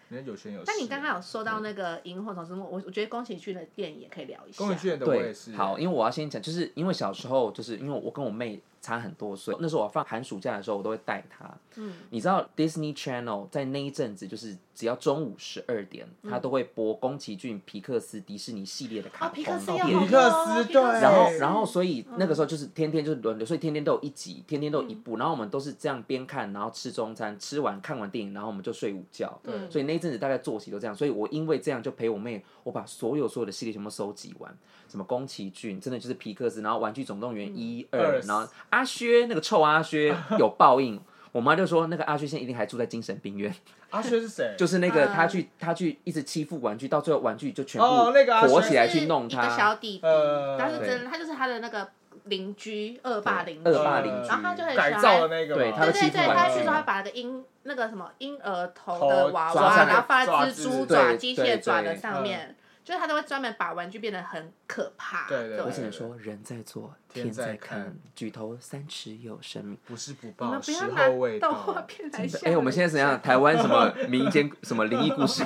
你看有权有势。
那你刚
啊
刚有说
嗯
到那个《萤火虫之墓》，我我觉得宫崎骏的电影也可以聊一下。
宫崎 骏的我也
对
是，，
好，因为我要先讲，就是因为小时候，就是因为我跟我妹差很多岁，那时候我放寒暑假的时候，我都会带她。嗯，你知道 Disney Channel 在那一阵子，就是只要中午十二点，它都会播宫崎骏、皮克斯、迪士尼系列的卡
嗯哦，
通
皮克斯
照
也好
片
多哦
皮克斯
皮克
对
斯
然后
对，
然后，所以那个时候就是天天就是轮流，所以天天都有一集，天天都
嗯
有一部。然后我们都是这样边看，然后吃中餐，吃完看完电影，然后我们就睡午觉。
对
所以那一阵子大概作息都这样。所以我因为这样就陪我妹，我把所有所有的系列全部收集完，什么宫崎骏，真的就是皮克斯，然后玩具总动
嗯
员一二
二，
然后阿薛那个臭 阿薛有报应。我妈就说，那个阿薛现在一定还住在精神病院，
阿轩是谁？
就是那个
嗯
他去他去一直欺负玩具，到最后玩具就全部
哦那个阿薛
火起来
就是
去弄
一个
他。
小弟弟，
呃
他是
对
真的，他就是他的那个邻居恶霸邻居，
对恶霸邻居
然后他就很喜
呃改
欢
造的那个嘛，
对他
对
的
对
欺负
对，
玩
他
具
是说他把那个婴那个什么婴儿头的娃
头抓嗯
娃，
在
然后放在
爪
蜘
子
对
蛛爪、
对
机械爪的
对
上面，就是他都会专门把玩具变得很可怕。
对对
我只
对
能说，人在做，
天
天
在
在看
看，
举头三尺有神明。
不是不
你
报，
们不
时
要
候未
拿动画
到。
片来吓人。
哎，我们现在怎样？台湾什 么民间什么灵异故事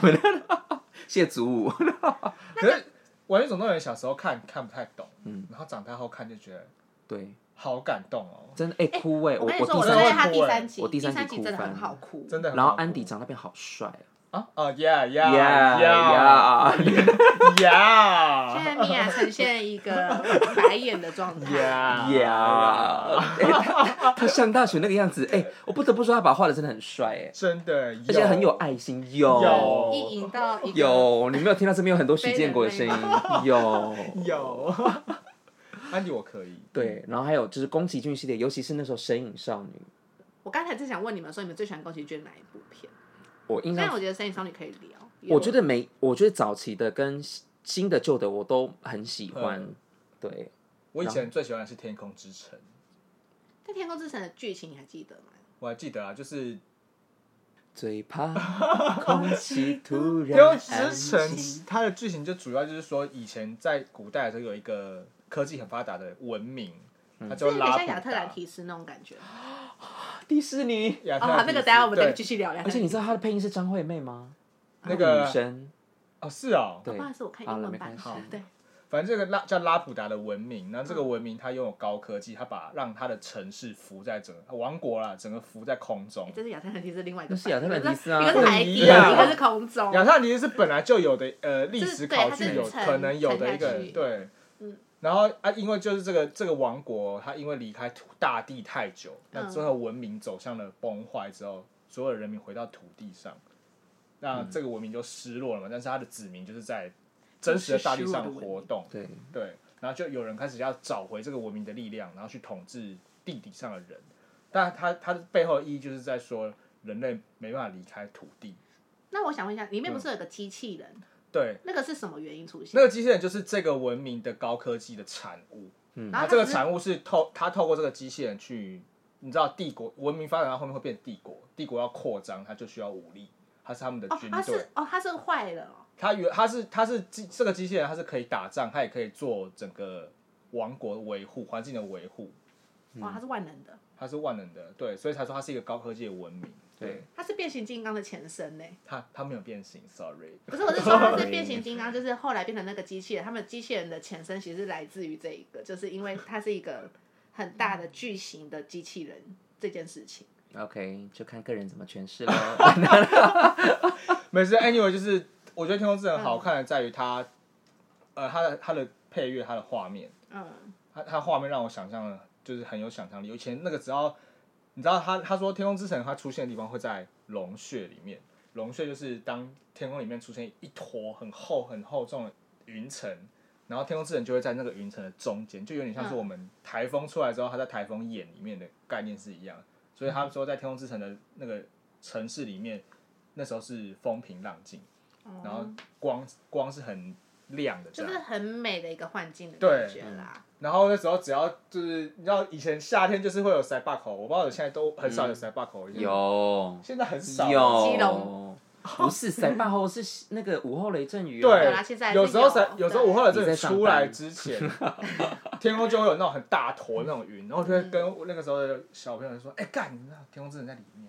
谢祖武，
可是《玩具总动员》小时候看看不太懂，
嗯
然后长大后看就觉得
对，
好感动哦，
真的哎哭哎，
我
我
跟你说，
第
我
真
看
的
到
会
三，
他
哭欸
第三集，
我第
三
三
集
集
真的
哭
很
翻
好哭，
真的很
然
好
后
哭。
安迪长大变好帅
啊啊，yeah
啊
yeah yeah yeah
现在 米娅呈现一个白眼的状态。
yeah！哎他他上大学那个样子，哎，我不得不说他把画的真的很帅哎，
真的，
而且很有爱心，
有
意淫到一个
有，你没有听到这边有很多许建国的声音，有。
有。 安迪我可以，
对，然后还有就是宫崎骏系列，尤其是那时候《神隐少女》，
我刚才正想问你们说，你们最喜欢宫崎骏哪一部片？
我印
虽然
象，
我觉得《森影少女》可以聊，也
我觉得每我觉得早期的跟新的旧的我都很喜欢。
嗯
对，
我以前最喜欢的是《天空之城》，
但《天空之城》的剧情你还记得吗？
我还记得啊，就是
最 怕空气
《
突然
天空
安
之城
静。》
它的剧情就主要就是说，以前在古代的时候有一个科技很发达的文明，
嗯
它
就
叫
有点
拉
像
普
亚特兰
达。
提斯那种感觉。
迪士尼，
亚
哦，
特
好，
兰
那
提
个
斯
等一下我们再
对
继续聊聊。
而且你知道她的配音是张惠妹吗？
那
个女
个
生，
哦是哦，
对
不好意思，我看英文版
好了没关
对，
反正这个拉叫拉普达的文明，那这
嗯
个文明它拥有高科技，它把让它的城市浮在整个王国啦，整个浮在空中
哎。这是亚特兰提斯另外一个
那
版，
是亚特兰提斯啊
一个是海底，
不一样
一个是空中。
亚特兰提斯是本来就有的，呃，历
就是
史
对
考
它
据
是
有
沉
可能有的一
沉
个
下去
对，
嗯
然后啊，因为就是这个这个王国，它因为离开土大地太久，那
嗯
最后文明走向了崩坏之后，所有人民回到土地上，那
嗯
这个文明就失落了嘛。但是它的子民就是在真实的大地
就是失落的
上
文明
活动，
对，
对，然后就有人开始要找回这个文明的力量，然后去统治地底上的人。但他他的背后的意义就是在说，人类没办法离开土地。
那我想问一下，里面不
嗯
是有个机器人？
对，
那个是什么原因出现
那？个机器人就是这个文明的高科技的产物。
然后
那
啊
它
这个
只是
产物是透他透过这个机器人去，你知道帝国文明发展到后面会变帝国，帝国要扩张，它就需要武力，它是他们的
哦
军，
他
队
是。哦，他是坏人哦。
它原它是它是机这个机器人，它是可以打仗，它也可以做整个王国的维护、环境的维护。
嗯
哇，他是万能的，
它是万能的，对，所以才说它是一个高科技的文明。对
对，
他是变形金刚的前身呢。
它它没有变形，sorry。
不是，我是说他是变形金刚，就是后来变成那个机器人。他们机器人的前身其实是来自于这一个，就是因为它是一个很大的巨型的机器人这件事情。
OK，就看个人怎么 诠释了。
没事，anyway，就是我觉得《天空之城》好看的在于它，呃，它的它的配乐、它的画面，
嗯，
它它画面让我想象了，就是很有想象力。以前那个只要你知道他他说《天空之城》它出现的地方会在龙穴里面，龙穴就是当天空里面出现一坨很厚很厚重的云层，然后天空之城就会在那个云层的中间，就有点像是
嗯
我们台风出来之后，它在台风眼里面的概念是一样的。所以他
嗯
们说在天空之城的那个城市里面，那时候是风平浪静，然后
哦，
光光是很亮的这
就
样
是。很美的一个幻境的感觉啦。
然后那时候只要就是你知道以前夏天就是会有塞坝口，我不知道现在都很少有塞坝口，
嗯有
现在很 少
有，
基隆
不是塞坝后是那个午后雷阵雨啊、
有
对
啦现在还，是
有时候塞
有
有时候午后的
你
阵雨
在上
出来
班
之前，天空就会有那种很大坨那种云，然后就会
嗯
跟我那个时候的小朋友就说：“哎、干，你那天空真的在里面。”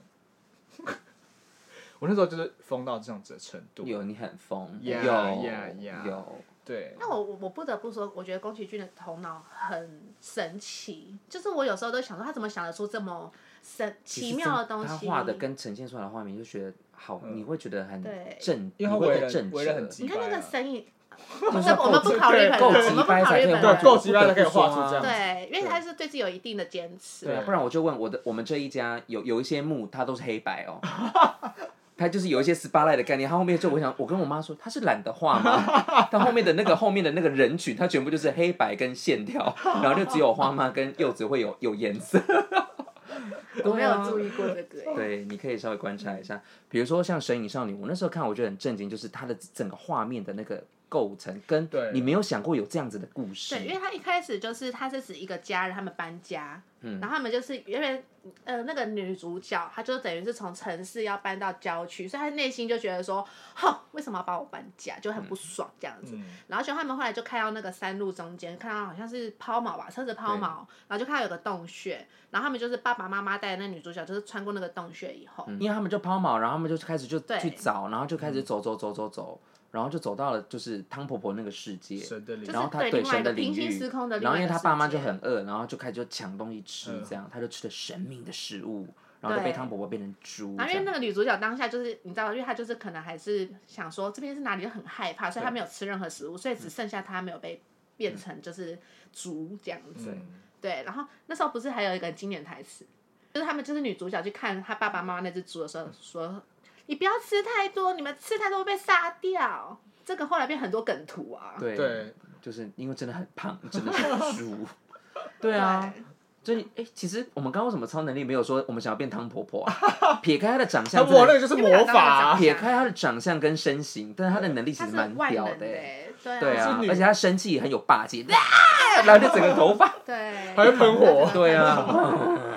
我那时候就是疯到这样子的程度，啊
有你很疯
Yeah,
有
yeah, yeah
有，
对，
那我我我不得不说，我觉得宫崎骏的头脑很神奇，就是我有时候都想说，他怎么想得出这么神奇妙的东
他
西？
画的跟呈现出来的画面，就觉得好，你会觉得很
对
正，
因为他
你会
为
很
人
正
为人很
直
急
你看那
白
个
啊
神影，
我
不
们
是我们不考虑本人，
够
我
急
们不
掰
考虑
才可以
本
画
人
出，
对够急掰才可以画出
不得不说啊
这样
对，因为
对
他是对自己有一定的坚持。
对啊，不然我就问我的，我们这一家有有一些幕，它都是黑白 哦。它就是有一些 spotlight 的概念，它后面就我想，我跟我妈说，他是懒得画吗？但后面的那个后面的那个人群，它全部就是黑白跟线条，然后就只有花妈跟柚子会有有颜色。
我没有注意过这个。欸
对，你可以稍微观察一下，比如说像《神隐少女》，我那时候看我觉得很震惊，就是它的整个画面的那个构成，跟
对
你没有想过有这样子的故事
对，。因为他一开始就是他是指一个家人，他们搬家，然后他们就是因为呃那个女主角，她就等于是从城市要搬到郊区，所以她内心就觉得说，哼，为什么要把我搬家，就很不爽这样子。
嗯，
然后就他们后来就看到那个山路中间，看到好像是抛锚吧，车子抛锚，然后就看到有个洞穴，然后他们就是爸爸妈妈带的那女主角，就是穿过那个洞穴以后，
嗯因为他们就抛锚，然后他们就开始就
对
去找，然后
嗯
就开始走走走走走，然后就走到了就是汤婆婆那个世界，
神的灵
就是
然后他
对
对
另外
神
一个
的领
平行
域，
时空的另
然后因为
外一个
他
世
爸妈
界
就很饿，然后就开始就抢东西吃，
嗯
这样、他就吃了神明的食物，然后就被
对
汤婆婆变成猪，这
然后啊因为
样
那个女主角当下就是你知道，因为她就是可能还是想说这边是哪里，就很害怕，所以她没有吃任何食物，所以
嗯
只剩下她没有被变成就是猪这样子。
嗯
对，然后那时候不是还有一个经典台词，就是他们就是女主角去看她爸爸妈妈那只猪的时候
嗯
说：“你不要吃太多，你们吃太多会被杀掉。”这个后来变很多梗图啊。
对
对，
就是因为真的很胖，真的是 猪，对啊。所以，哎、其实我们刚刚为什么超能力没有说我们想要变汤婆婆、啊？ 撇开她的长
他
相，
我那
真
个就
的
是魔法啊，
撇开她的长相跟身形，但是她的能力其
她
实
是
蛮
万
屌
能
的、
的
欸。
欸，对
对啊
是，女
而且她生气也很有霸 气，啊然后就整个头 发，
对，
还会喷火
对啊，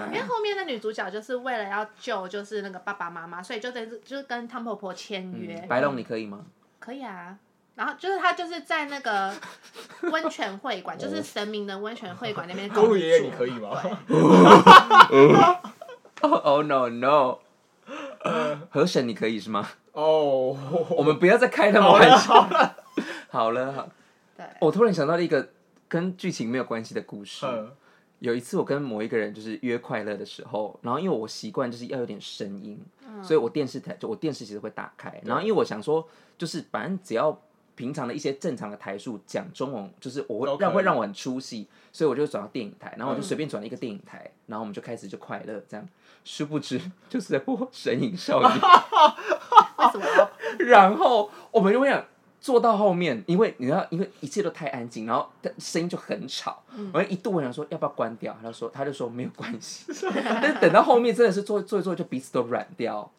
因为后面的女主角就是为了要救，就是那个爸爸妈妈，所以就得就是跟汤婆婆签约、
嗯白龙你可以吗？
可以啊。然后就是她就是在那个温泉会馆，就是神明的温泉会馆那边搞
公主爷爷
住
你可以吗？
哦、oh, no no，河神你可以是吗？
哦，
我们不要再开那么玩 笑了。好了，好，
对，
我突然想到了一个跟剧情没有关系的故事。
嗯
有一次我跟某一个人就是约快乐的时候，然后因为我习惯就是要有点声音，
嗯
所以我电视台就我电视其实会打开，然后因为我想说就是反正只要。平常的一些正常的台数讲中文，就是我
都
会
可以嗯
让会让我很出戏，所以我就转到电影台，然后我就随便转了一个电影台，然后我们就开始就快乐这样，殊不知 就是在播《神隐少女》，
为什 么要
然后我们就会想坐到后面，因为你知道，因为一切都太安静，然后声音就很吵。我们一度我想说要不要关掉，他就说他就说没有关系。但是等到后面真的是坐坐一坐就彼此都软掉，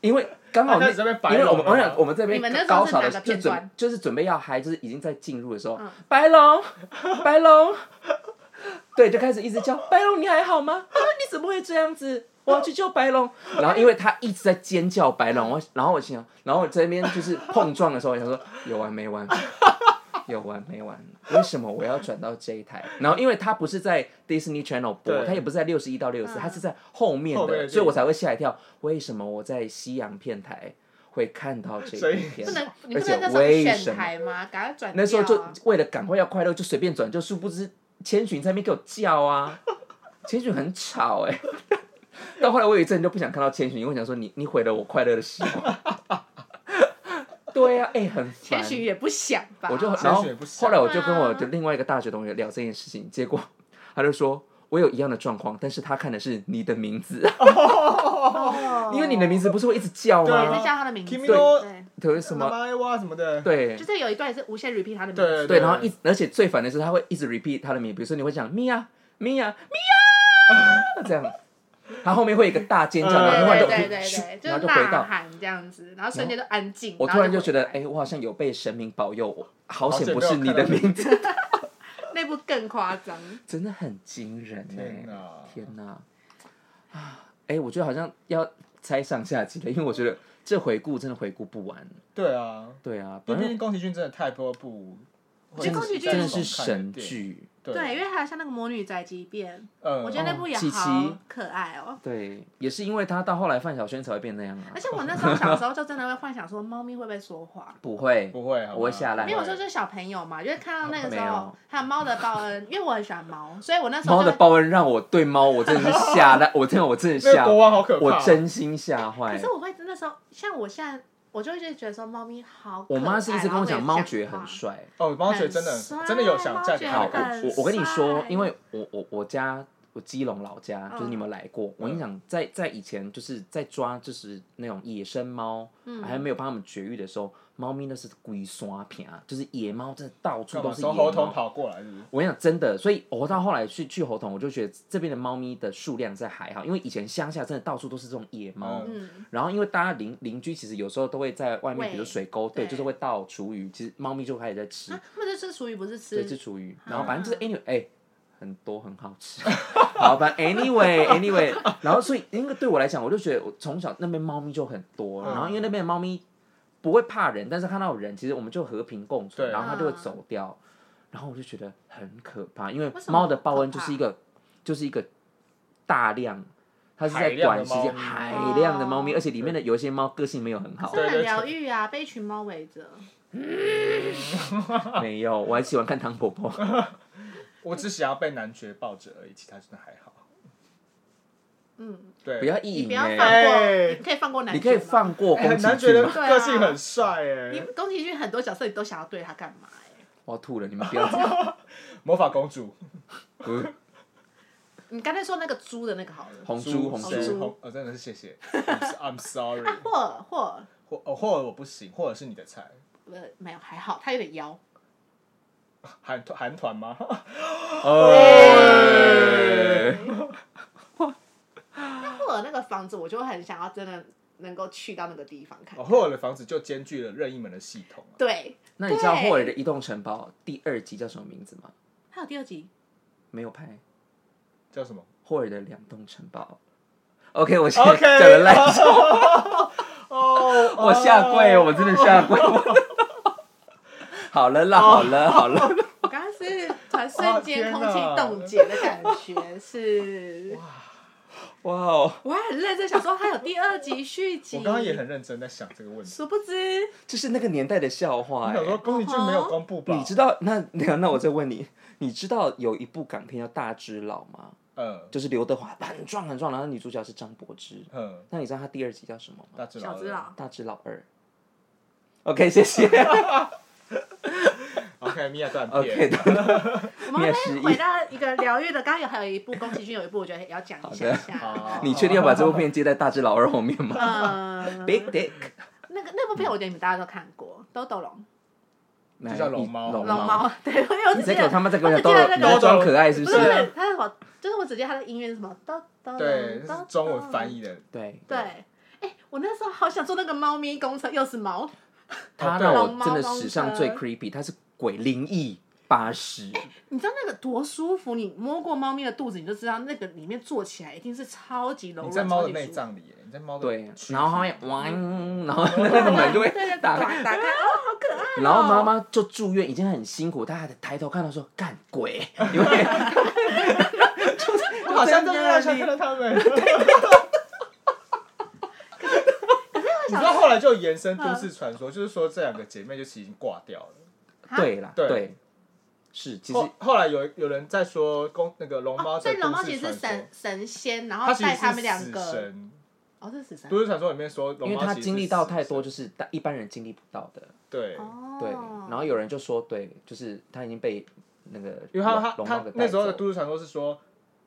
因为刚好
啊
那
开始在那边摆
哦因为我
龙
们
了
我想我们这
你们那
边
时候
高
是
潮
哪
的
个
就
片
准
段
就是准备要嗨，就是已经在进入的时候
嗯，
白龙白龙，对，就开始一直叫白龙你还好吗？啊你怎么会这样子？我要去救白龙。然后因为他一直在尖叫白龙，我然后我心想，然后我这边就是碰撞的时候，我想说有完没完。有完没完？为什么我要转到这一台？然后因为它不是在 Disney Channel 播，
对
它也不是在六十一到六十、
嗯
它是在后面
后面
的，
的
所以我才会吓一跳。为什么我在西洋片台会看到这
所以
一片？
不能？你
而
不能
且
那时候
为
不
什
选
么
台吗？赶快转、啊。
那时候就为了赶快要快乐，就随便转，就殊不知千寻在那边给我叫啊，千寻很吵哎、 到后来我有一阵就不想看到千寻，因为我想说你你毁了我快乐的时光。对呀、啊，哎、很烦
千。寻也不想吧？
我就
雪
然后
也不小
后来我就跟
对啊
我的另外一个大学同学聊这件事情，结果 他就说。我有一样的状况，但是他看的是你的名字，
哦
因为你的名字不是会一直叫
对
也是
啊
吗？
叫她的名字，
Kimi
对
no-
对，
对，什么？
妈呀哇什么的，
对
就是有一段也是无限 repeat 她的名
对
字，
对，啊然后一而且最烦的是他会一直 repeat 他的名，比如说你会讲 Mia Mia Mia 这样，他后面会有一个大尖叫，
嗯
然后
对
就
对对对对，
然
是
后就回
呐
到。
喊这样子，然后瞬间就安静。
我突然
就
就觉得，
回来
哎，我好像有被神明保佑，我好
好
险
险
不
没有
是你
看
的
到
名字，
那部更夸张。
真的很惊人哎！
天哪
天哪！啊，哎、我觉得好像要猜上下集了，因为我觉得这回顾真的回顾不完。
对啊，
对啊，
因
反
为毕竟
正
宫崎骏真的太多部，
这宫崎骏
真的是神，剧。
对，因为还有像那个《魔女宅急便》，
嗯，
我觉得那
哦
部也
琪
好
琪
可爱哦。
对，也是因为他到后来范晓萱才会变那样啊
而。且我那时候小时候就真的会幻想说，猫咪会不会说话？
不会，
不会，好吗
我会下来
因为我说就是小朋友嘛，就是看到那个时
哦没
候
有
还有猫的报恩，因为我很喜欢猫，所以我那时 候
猫
就
的
会。
报恩让我对猫，我真的是吓烂， 我真的我真的
那
吓
个，国王好可怕，哦
我真心吓
可
坏
是。我会那时候像我现在，我就会觉得说猫咪好可
我
爱。
妈是一直跟我讲，
然后
猫
会
觉
话
很。帅。
哦，猫雪真的
很帅
真的有想嫁给
对
他
好，
的
猫雪
感
我
觉，
很
我我跟你说
帅，
因为我我我家我基隆老家，就是你们来过，我跟你讲，在嗯在以前就是在抓就是那种野生猫，还没有帮它们绝育的时候，猫咪那是龟刷片啊，就是野猫，真的到处
干
都
嘛
是
从
野
猴头
猫。
跑过来是不是？
我跟你讲，真的，所以我到后来去去猴童，我就觉得这边的猫咪的数量在还好，因为以前乡下真的到处都是这种野猫，
嗯
嗯，
然后因为大家邻邻居其实有时候都会在外面，
喂
比如水沟对，
对
就是会倒厨余，其实猫咪就开始在吃，
啊，他们这吃厨余不是
对，是
吃，
厨余，然后反正就是 anyway，哎、很多很好吃， 好，反正 anyway anyway，然后所以那个对我来讲，我就觉得我从小那边猫咪就很多，
嗯
然后因为那边的猫咪不会怕人，但是看到人，其实我们就和平共处，
对
然后它就会
嗯
走掉，然后我就觉得很可怕，因为
为什么
猫的报恩就是一
可怕
个就是一个大量。它是在
海量的
短时间
猫咪
海量的猫咪，
哦
而且里面的有一些猫个性没有很好，
这
对
很
对
疗愈啊，被一群猫围着。
没有，我还喜欢看唐婆婆。
我只想要被男爵抱着而已，其他真的还好。
嗯，
对，
不要意
你
淫
不要放
欸
过，
哎
你可以放过男，
你可以，放过
哎
宫
很
崎
难觉
骏
得
吗？
对啊
个性很帅
你
哎，
宫崎骏很多角色你都想要对他干嘛？哎，
我要吐了，你们不要 这样。
魔法公主，
不
你刚才说那个猪的那个好了，
红猪，红
红
猪
猪，
红，呃，真的是谢谢 I'm so-，I'm sorry，
啊，霍尔霍尔，
或哦或者我不行，或者是你的菜，
呃，没有还好，他有点妖，
韩团韩团吗？ 哦
哎，
那霍尔那个房子我就很想要真的能够去到那个地方看
哦，。霍尔的房子就兼具了任意门的系统啊。
对，
那你知道霍尔的移动城堡第二集叫什么名字吗？
还有第二集，
没有拍
叫什么
霍尔的两栋城堡。OK，我现 在
OK
讲的烂笑，
哦，
我下跪，我真的下跪。 好了
哦
啦，好了，好了。
我刚 刚是传瞬
哦天
间
哪
空气冻结的感觉，是，
哇哦，
我还很认真想说他有第二集续集，
我刚刚也很认真在想这个问题。
殊不知
这是那个年代的笑话
我
哎
想。说宫崎骏没有公布吧？
哦你知道那那那我再问你，你知道有一部港片叫《大只佬》吗？
嗯
就是刘德华很壮很壮，然后女主角是张柏芝。
嗯，
那你知道他第二集叫什么吗？
大只佬
小知道。
大智老二。OK，谢谢。
OK，米娅断
OK，
片。
的
我们
面
可
试
以
一
回到一个疗愈的，刚刚有还有一部宫崎骏有一部，我觉得也要讲一下下。
好
你确定要把这部片接在大智老二后面 吗
嗯，
？Big Dick，
那个那部片我觉得你们大家都看过，都懂龙
那
叫龙猫
龙
龙。猫，对，因为我只
哎你
记
在给我
得
他妈在给我讲
我只记得那个
你在装可爱是
不
不
啊
是不
是？
是，他是什么？就是我只记得他的音乐是什么？哆哆
对，
哆
是中文翻译的。
对，
对，哎、我那时候好想做那个猫咪公车，又是猫，
他
哦
让
龙
我
猫
真的
公
史上
车
最 creepy，他是鬼灵异八十，
你知道那个多舒服？你摸过猫咪的肚子，你就知道那个里面坐起来一定是超级
对
柔软，
你在猫的
超级舒
内
服。
脏里耶，你在猫的
对，
躯体
然后他会汪，然后那个门就会
对对对
打开，
开，打开哦，好可爱。
然后妈妈就住院，已经很辛苦，她还得抬头看到说干鬼，因为 就是
我好像
就
真的好
在那里
想看到他们。你知道后来就延伸都
嗯
市传说，就是说这两个姐妹就其实已经挂掉了。
啊
对啦，
对
对，是其实
后后来有有人在说公那个龙猫
哦，所
的
以龙猫
都
其
市传
实是
说
神，神仙，然
它
后
其实
带他
是
们两
死
个。
神。
哦，这是死神。
都市传说里面说龙
因为
猫
他
其实是
经历到
死
太多，
神，
就是大一般人经历不到的。
对，
哦。
对，然后有人就说，对，就是他已经被那个
因为他
龙
他
龙猫
他
给带
那时候的
走
都市传说是说，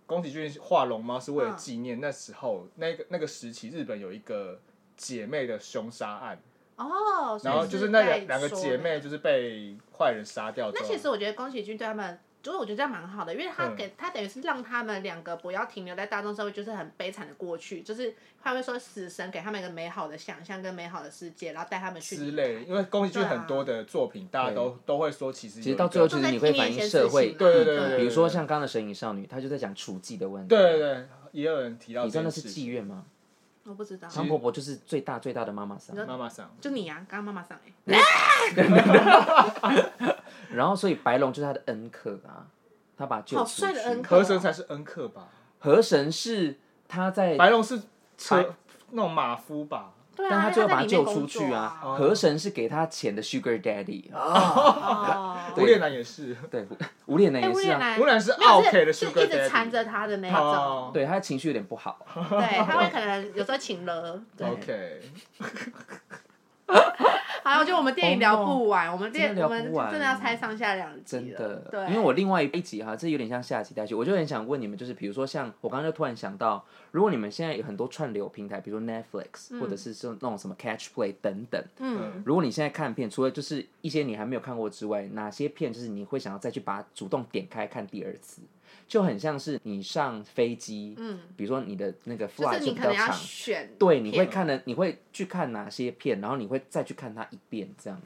宫崎骏画龙猫是为了
嗯
纪念那时候那个那个时期日本有一个姐妹的凶杀案，
哦，所以
然后就是那
在
两两个
说
姐
那
妹就是被坏人杀掉之
那
后，
啊
其实我觉得宫崎骏对他们，就是我觉得这样蛮好的，因为他
嗯
给、他等于是让他们两个不要停留在大众社会，就是很悲惨的过去，就是他会说死神给他们一个美好的想象跟美好的世界，然后带他们去
之类的，因为宫崎骏
对啊
很多的作品，大家都都会说，其实有
其实
一
到
个
最后就是你会反映社会
都
在纪念一些事情啊对
议
对
题
对
比如说
对对
像刚刚的《神隐少女》，她就在讲处境的问题。
对对，对，也有人提到
你知
这
道那
件
是
事
妓
情。
院吗？
我不知道，
唐婆婆就是最大最大的妈妈桑
你，知道
妈妈桑，
就你啊，刚刚妈妈上来、
然后所以白龙就是她的恩客啊，她把她救
好
出
帅的
去
恩客
河神才是恩客吧？
河神是她在
白龙是车
白
那种马夫吧？
对啊，
但他最后把
他
他救出去啊。。
啊
哦
河神是给他钱的 Sugar Daddy 啊，
哦，
无脸男也是，
对，无脸男
哎，
也
乌
是
月
啊，
兰
无脸男是
没有
OK 的
是
Sugar
一直缠
Daddy。
着他的那种，
哦
对他的情绪有点不好。啊 哎
对，他会可能有时候请了，对。
，OK，
好了，我觉得我们电影聊不完，我们
真
电
的聊
我
不
们
完
真的要拆上下两集
真
了
的，
对，
因为我另外一集哈，这有点像下集带去，我就很想问你们，就是比如说像我刚刚就突然想到，如果你们现在有很多串流平台，比如说 Netflix、或者是说那种什么 Catch Play 等等，
嗯，
如果你现在看片，除了就是一些你还没有看过之外，哪些片就是你会想要再去把它主动点开看第二次？就很像是你上飞机，嗯，比如说你的那个
就
flight
是你
比
可
较
能要
长，
选，
对，你会看的，你会去看哪些片，然后你会再去看它一遍，这样。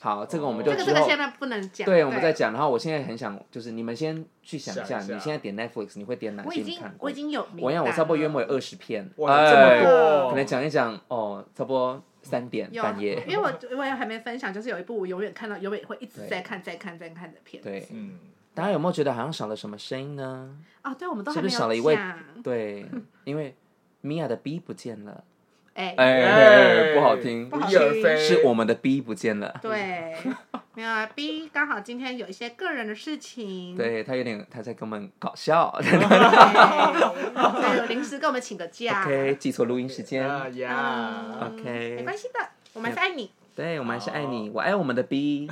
好，这个我们就
哦这个这
之
个
后，
现在不能讲，
对，我们再。讲。然后我现在很想，就是你们先去想一下，
想一下
你现在点 Netflix，你会点哪
我
些
已
你
经
看过？
我已经有名单了，
我想我差不多约莫有二十片，
哇，这么
哎
多，
可能讲一讲哦，差不多三点
有，啊
半夜，
因为我我也还没分享，就是有一部我永远看到，永远会一直
对
在看、再看、再看的片。
对。
嗯，
大家有没有觉得好像少了什么声音呢？
哦，对，我们都
是
还
不
没
是
有
少了一位
讲
对，因为米娅的 B 不见了，
哎，
哎
不好听
不，好
一而
听
飞，
是我们的 B 不见了。
对，没有啊，B 刚好今天有一些个人的事情，
对他有点，他在跟我们搞笑。
对，所以有临时跟我们请个假
OK，记错录音时间。
啊呀，
嗯
OK
没关系的，我们还是爱你，
对，我们还是爱你，我爱我们的 B。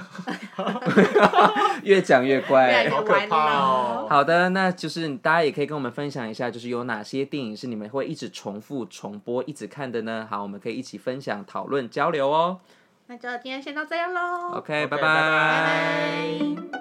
越讲越
越来
怪
越。
好可
完
怕
了
哦。
好的，那就是大家也可以跟我们分享一下，就是有哪些电影是你们会一直重复重播、一直看的呢？好，我们可以一起分享、讨论、交流哦。
那就今天先到这样喽，
OK，
OK，
拜
拜
拜
拜
拜。